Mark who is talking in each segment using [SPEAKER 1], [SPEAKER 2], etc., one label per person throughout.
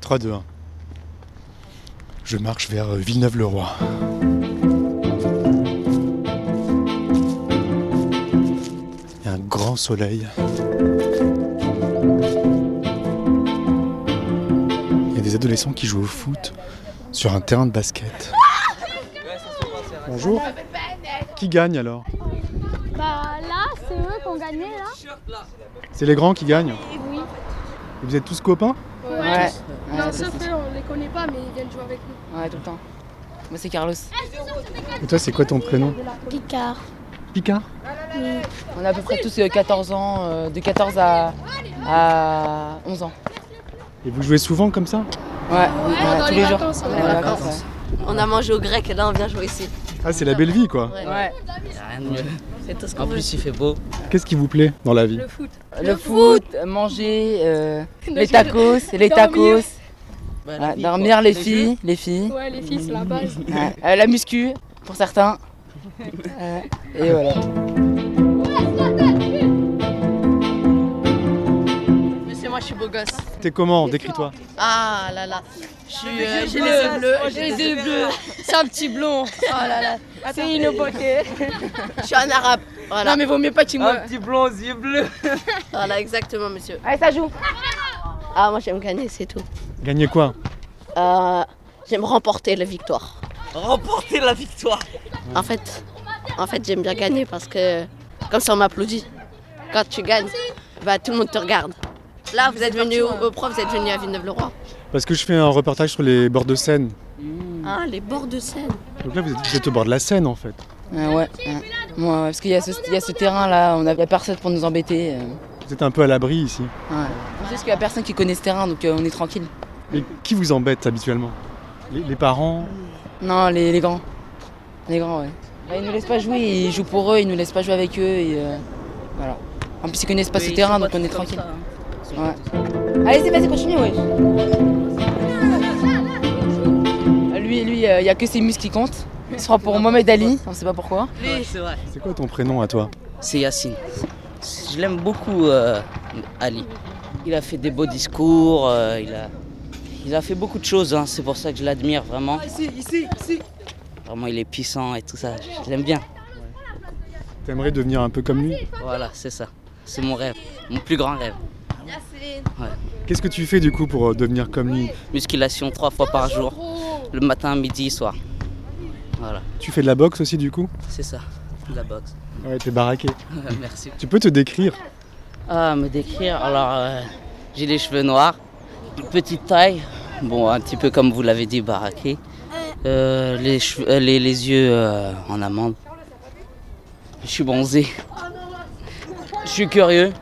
[SPEAKER 1] 3, 2, 1. Je marche vers euh, Villeneuve-le-Roi. Il y a un grand soleil. Il y a des adolescents qui jouent au foot sur un terrain de basket. Bonjour. Qui gagne alors
[SPEAKER 2] Bah là, c'est eux qui ont gagné là.
[SPEAKER 1] C'est les grands qui gagnent
[SPEAKER 2] Oui.
[SPEAKER 1] Vous êtes tous copains
[SPEAKER 2] Ouais.
[SPEAKER 3] Ouais,
[SPEAKER 2] Non,
[SPEAKER 3] ouais, c'est
[SPEAKER 2] sauf eux, on les connaît pas, mais ils viennent jouer avec nous.
[SPEAKER 3] ouais, tout le temps. Moi, c'est Carlos.
[SPEAKER 1] Et toi, c'est quoi ton prénom
[SPEAKER 2] Picard.
[SPEAKER 1] Picard
[SPEAKER 3] On a à peu près tous euh, 14 ans, euh, de 14 à, à 11 ans.
[SPEAKER 1] Et vous jouez souvent comme ça
[SPEAKER 3] Ouais, ouais, tous les jours.
[SPEAKER 2] on
[SPEAKER 3] Ouais,
[SPEAKER 2] est là.
[SPEAKER 3] vacances,
[SPEAKER 4] On a mangé au grec et là on vient jouer ici.
[SPEAKER 1] Ah, c'est la belle vie quoi
[SPEAKER 3] ouais. Ouais.
[SPEAKER 5] Rien de mieux.
[SPEAKER 4] C'est tout ce qu'on
[SPEAKER 5] En
[SPEAKER 4] veut.
[SPEAKER 5] plus, il fait beau.
[SPEAKER 1] Qu'est-ce qui vous plaît dans la vie
[SPEAKER 2] Le foot.
[SPEAKER 3] Le foot, manger, euh, les tacos, les
[SPEAKER 2] Dormir.
[SPEAKER 3] tacos, ouais, dormir, les filles, les filles,
[SPEAKER 2] Ouais, les filles, c'est la base.
[SPEAKER 3] ouais. Euh, la muscu pour certains. Euh, et voilà.
[SPEAKER 6] Monsieur, moi je suis beau gosse.
[SPEAKER 1] T'es comment Décris-toi.
[SPEAKER 6] Ah là là, je suis, euh, j'ai les yeux bleus, j'ai les yeux bleus. C'est un petit blond. Oh là là, c'est une beauté.
[SPEAKER 4] Je suis un arabe. Voilà.
[SPEAKER 6] Non mais vaut mieux pas
[SPEAKER 3] Ah,
[SPEAKER 6] qu'il me.
[SPEAKER 5] petit blond aux yeux bleus.
[SPEAKER 4] Voilà, exactement, monsieur.
[SPEAKER 3] Allez, ça joue.
[SPEAKER 4] Ah, moi j'aime gagner, c'est tout.
[SPEAKER 1] Gagner quoi
[SPEAKER 4] Euh, j'aime remporter la victoire.
[SPEAKER 5] Remporter la victoire.
[SPEAKER 4] En fait, en fait j'aime bien gagner parce que comme ça on m'applaudit. Quand tu gagnes, bah, tout le monde te regarde. Là, vous êtes venu au, au prof, vous êtes venu à Villeneuve-le-Roi.
[SPEAKER 1] Parce que je fais un reportage sur les bords de Seine.
[SPEAKER 4] Ah, les bords de Seine.
[SPEAKER 1] Donc là, vous êtes, vous êtes au bord de la Seine en fait.
[SPEAKER 3] Ah Ouais, ouais. ouais. Ouais, ouais, parce qu'il y a ce, il y a ce terrain là, on a, il y a personne pour nous embêter. euh,
[SPEAKER 1] Vous êtes un peu à l'abri ici.
[SPEAKER 3] ouais. C'est juste qu'il y a personne qui connaît ce terrain, donc euh, on est tranquille.
[SPEAKER 1] Mais qui vous embête habituellement les, les parents
[SPEAKER 3] Non, les, les grands. Les grands, ouais. Bah, ils nous laissent pas jouer, ils jouent pour eux, ils nous laissent pas jouer avec eux. Et, euh, voilà. En plus, ils connaissent pas ce terrain, donc on est tranquille. hein. Allez, c'est vas-y, continue, ouais. Lui, lui, euh, il y a que ses muscles qui comptent. Il se prend pour Mohamed Ali, on sait pas pourquoi.
[SPEAKER 5] Ouais, c'est vrai.
[SPEAKER 1] C'est quoi ton prénom à toi
[SPEAKER 5] C'est Yacine. Je l'aime beaucoup, euh, Ali. Il a fait des beaux discours, euh, il, a, il a fait beaucoup de choses, hein, c'est pour ça que je l'admire vraiment. Ah, ici, ici, ici. Vraiment, il est puissant et tout ça, je l'aime bien.
[SPEAKER 1] T'aimerais devenir un peu comme lui
[SPEAKER 5] Voilà, c'est ça. C'est mon rêve, mon plus grand rêve.
[SPEAKER 1] Qu'est-ce que tu fais du coup pour euh, devenir comme lui
[SPEAKER 5] Musculation trois fois par jour, le matin, midi, soir. Voilà,
[SPEAKER 1] Tu fais de la boxe aussi du coup
[SPEAKER 5] c'est ça, la boxe.
[SPEAKER 1] Ouais, t'es baraqué.
[SPEAKER 5] Merci.
[SPEAKER 1] Tu peux te décrire
[SPEAKER 5] Ah, me décrire, alors euh, j'ai les cheveux noirs, petite taille, bon, un petit peu comme vous l'avez dit, baraqué, Euh, les, cheveux- euh, les, les yeux euh, en amande, je suis bronzé, je suis curieux,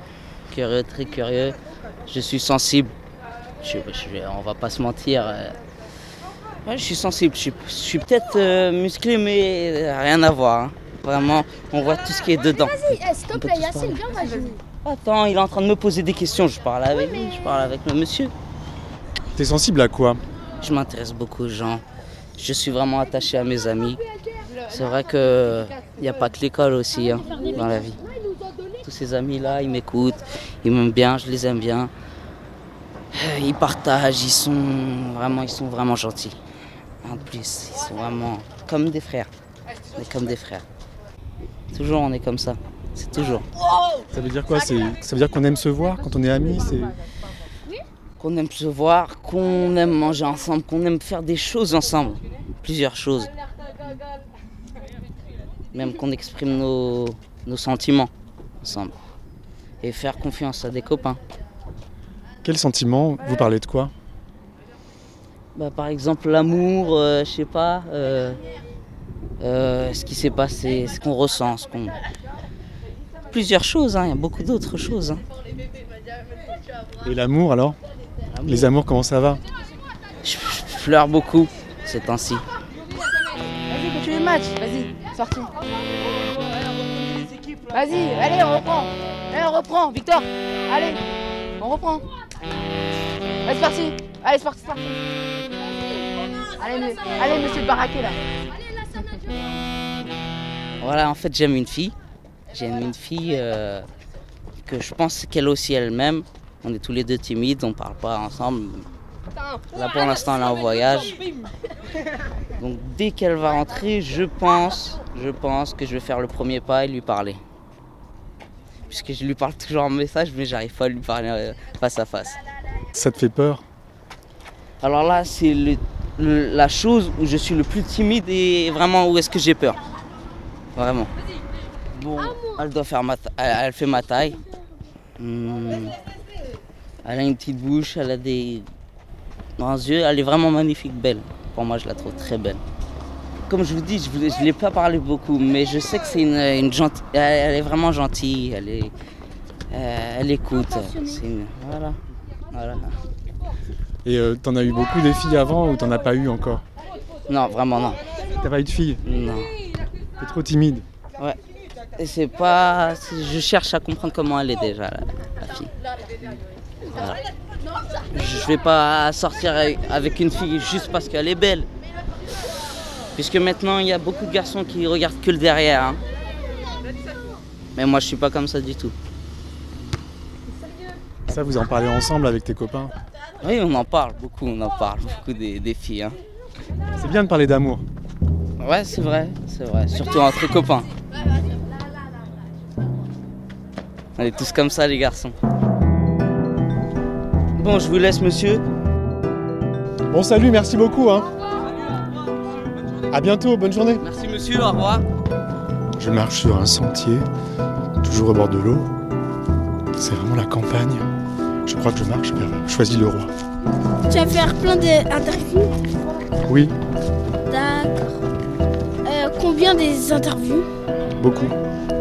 [SPEAKER 5] curieux, très curieux, je suis sensible, je, je- on va pas se mentir, euh, ouais, je suis sensible, je, suis- je suis peut-être euh, musclé, mais euh, rien à voir, hein. vraiment, on voit tout ce qui est dedans.
[SPEAKER 2] euh, Stop
[SPEAKER 5] peut
[SPEAKER 2] là,
[SPEAKER 5] tous
[SPEAKER 2] Yacine,
[SPEAKER 5] parler.
[SPEAKER 2] viens, on va jouer.
[SPEAKER 5] Attends, il est en train de me poser des questions. Je parle avec lui, je parle avec le monsieur.
[SPEAKER 1] T'es sensible à quoi
[SPEAKER 5] Je m'intéresse beaucoup aux gens. Je suis vraiment attaché à mes amis. C'est vrai que il n'y a pas que l'école aussi hein, dans la vie. Tous ces amis-là, ils m'écoutent, ils m'aiment bien, je les aime bien. Euh, Ils partagent, ils sont vraiment, ils sont vraiment gentils. En plus, ils sont vraiment comme des frères. On est comme des frères. Toujours, on est comme ça. C'est toujours.
[SPEAKER 1] Ça veut dire quoi C'est Ça veut dire qu'on aime se voir quand on est amis c'est...
[SPEAKER 5] qu'on aime se voir, qu'on aime manger ensemble, qu'on aime faire des choses ensemble, plusieurs choses. Même qu'on exprime nos, nos sentiments ensemble. Et faire confiance à des copains.
[SPEAKER 1] Quel sentiment Vous parlez de quoi
[SPEAKER 5] Bah, par exemple, l'amour, euh, je sais pas, euh, euh, ce qui s'est passé, ce qu'on ressent, ce qu'on. Plusieurs choses, hein, il y a beaucoup d'autres choses. hein.
[SPEAKER 1] Et l'amour alors Les amours, comment ça va
[SPEAKER 5] Je, je pleure beaucoup ces temps-ci.
[SPEAKER 3] Vas-y, continue le match, vas-y, sorti. Vas-y, allez, on reprend. Allez, on reprend, Victor. Allez, on reprend. Allez, c'est parti. Allez, c'est parti, c'est parti. Allez, mais- allez, monsieur le baraquet, là.
[SPEAKER 5] Voilà, en fait, j'aime une fille. J'aime une fille euh, que je pense qu'elle aussi elle-même. On est tous les deux timides, on parle pas ensemble. Là pour l'instant elle est en voyage. Donc dès qu'elle va rentrer, je pense, je pense que je vais faire le premier pas et lui parler. Puisque je lui parle toujours en message mais j'arrive pas à lui parler euh, face à face.
[SPEAKER 1] Ça te fait peur
[SPEAKER 5] Alors là, c'est le- le- la chose où je suis le plus timide et vraiment où est-ce que j'ai peur. Vraiment. Bon, elle doit faire ma ta- elle, elle fait ma taille. Hmm. Elle a une petite bouche, elle a des grands yeux, elle est vraiment magnifique, belle. Pour moi, je la trouve très belle. Comme je vous dis, je ne l'ai pas parlé beaucoup, mais je sais que c'est une, une gentille. Elle, elle est vraiment gentille, elle est, euh, elle écoute. C'est une- voilà, voilà.
[SPEAKER 1] Et euh, t'en as eu beaucoup des filles avant ou t'en as pas eu encore
[SPEAKER 5] Non, vraiment non.
[SPEAKER 1] T'as pas eu de filles
[SPEAKER 5] Non.
[SPEAKER 1] T'es trop timide.
[SPEAKER 5] Et c'est pas. c'est- Je cherche à comprendre comment elle est déjà, la, la fille. Voilà. Je vais pas sortir avec- avec une fille juste parce qu'elle est belle. Puisque maintenant, il y a beaucoup de garçons qui regardent que le derrière. hein. Mais moi, je suis pas comme ça du tout.
[SPEAKER 1] Ça, vous en parlez ensemble avec tes copains.
[SPEAKER 5] Oui, on en parle beaucoup, on en parle beaucoup des, des filles. hein.
[SPEAKER 1] C'est bien de parler d'amour.
[SPEAKER 5] Ouais, c'est vrai, c'est vrai. Surtout entre copains. On est tous comme ça, les garçons. Bon, je vous laisse, monsieur.
[SPEAKER 1] Bon, salut, merci beaucoup. Hein. À bientôt, bonne journée.
[SPEAKER 5] Merci, monsieur, au revoir.
[SPEAKER 1] Je marche sur un sentier, toujours au bord de l'eau. C'est vraiment la campagne. Je crois que je marche vers Choisis le roi.
[SPEAKER 7] Tu vas faire plein d'interviews
[SPEAKER 1] Oui,
[SPEAKER 7] D'accord. Euh, combien des interviews
[SPEAKER 1] beaucoup.
[SPEAKER 4] Ah,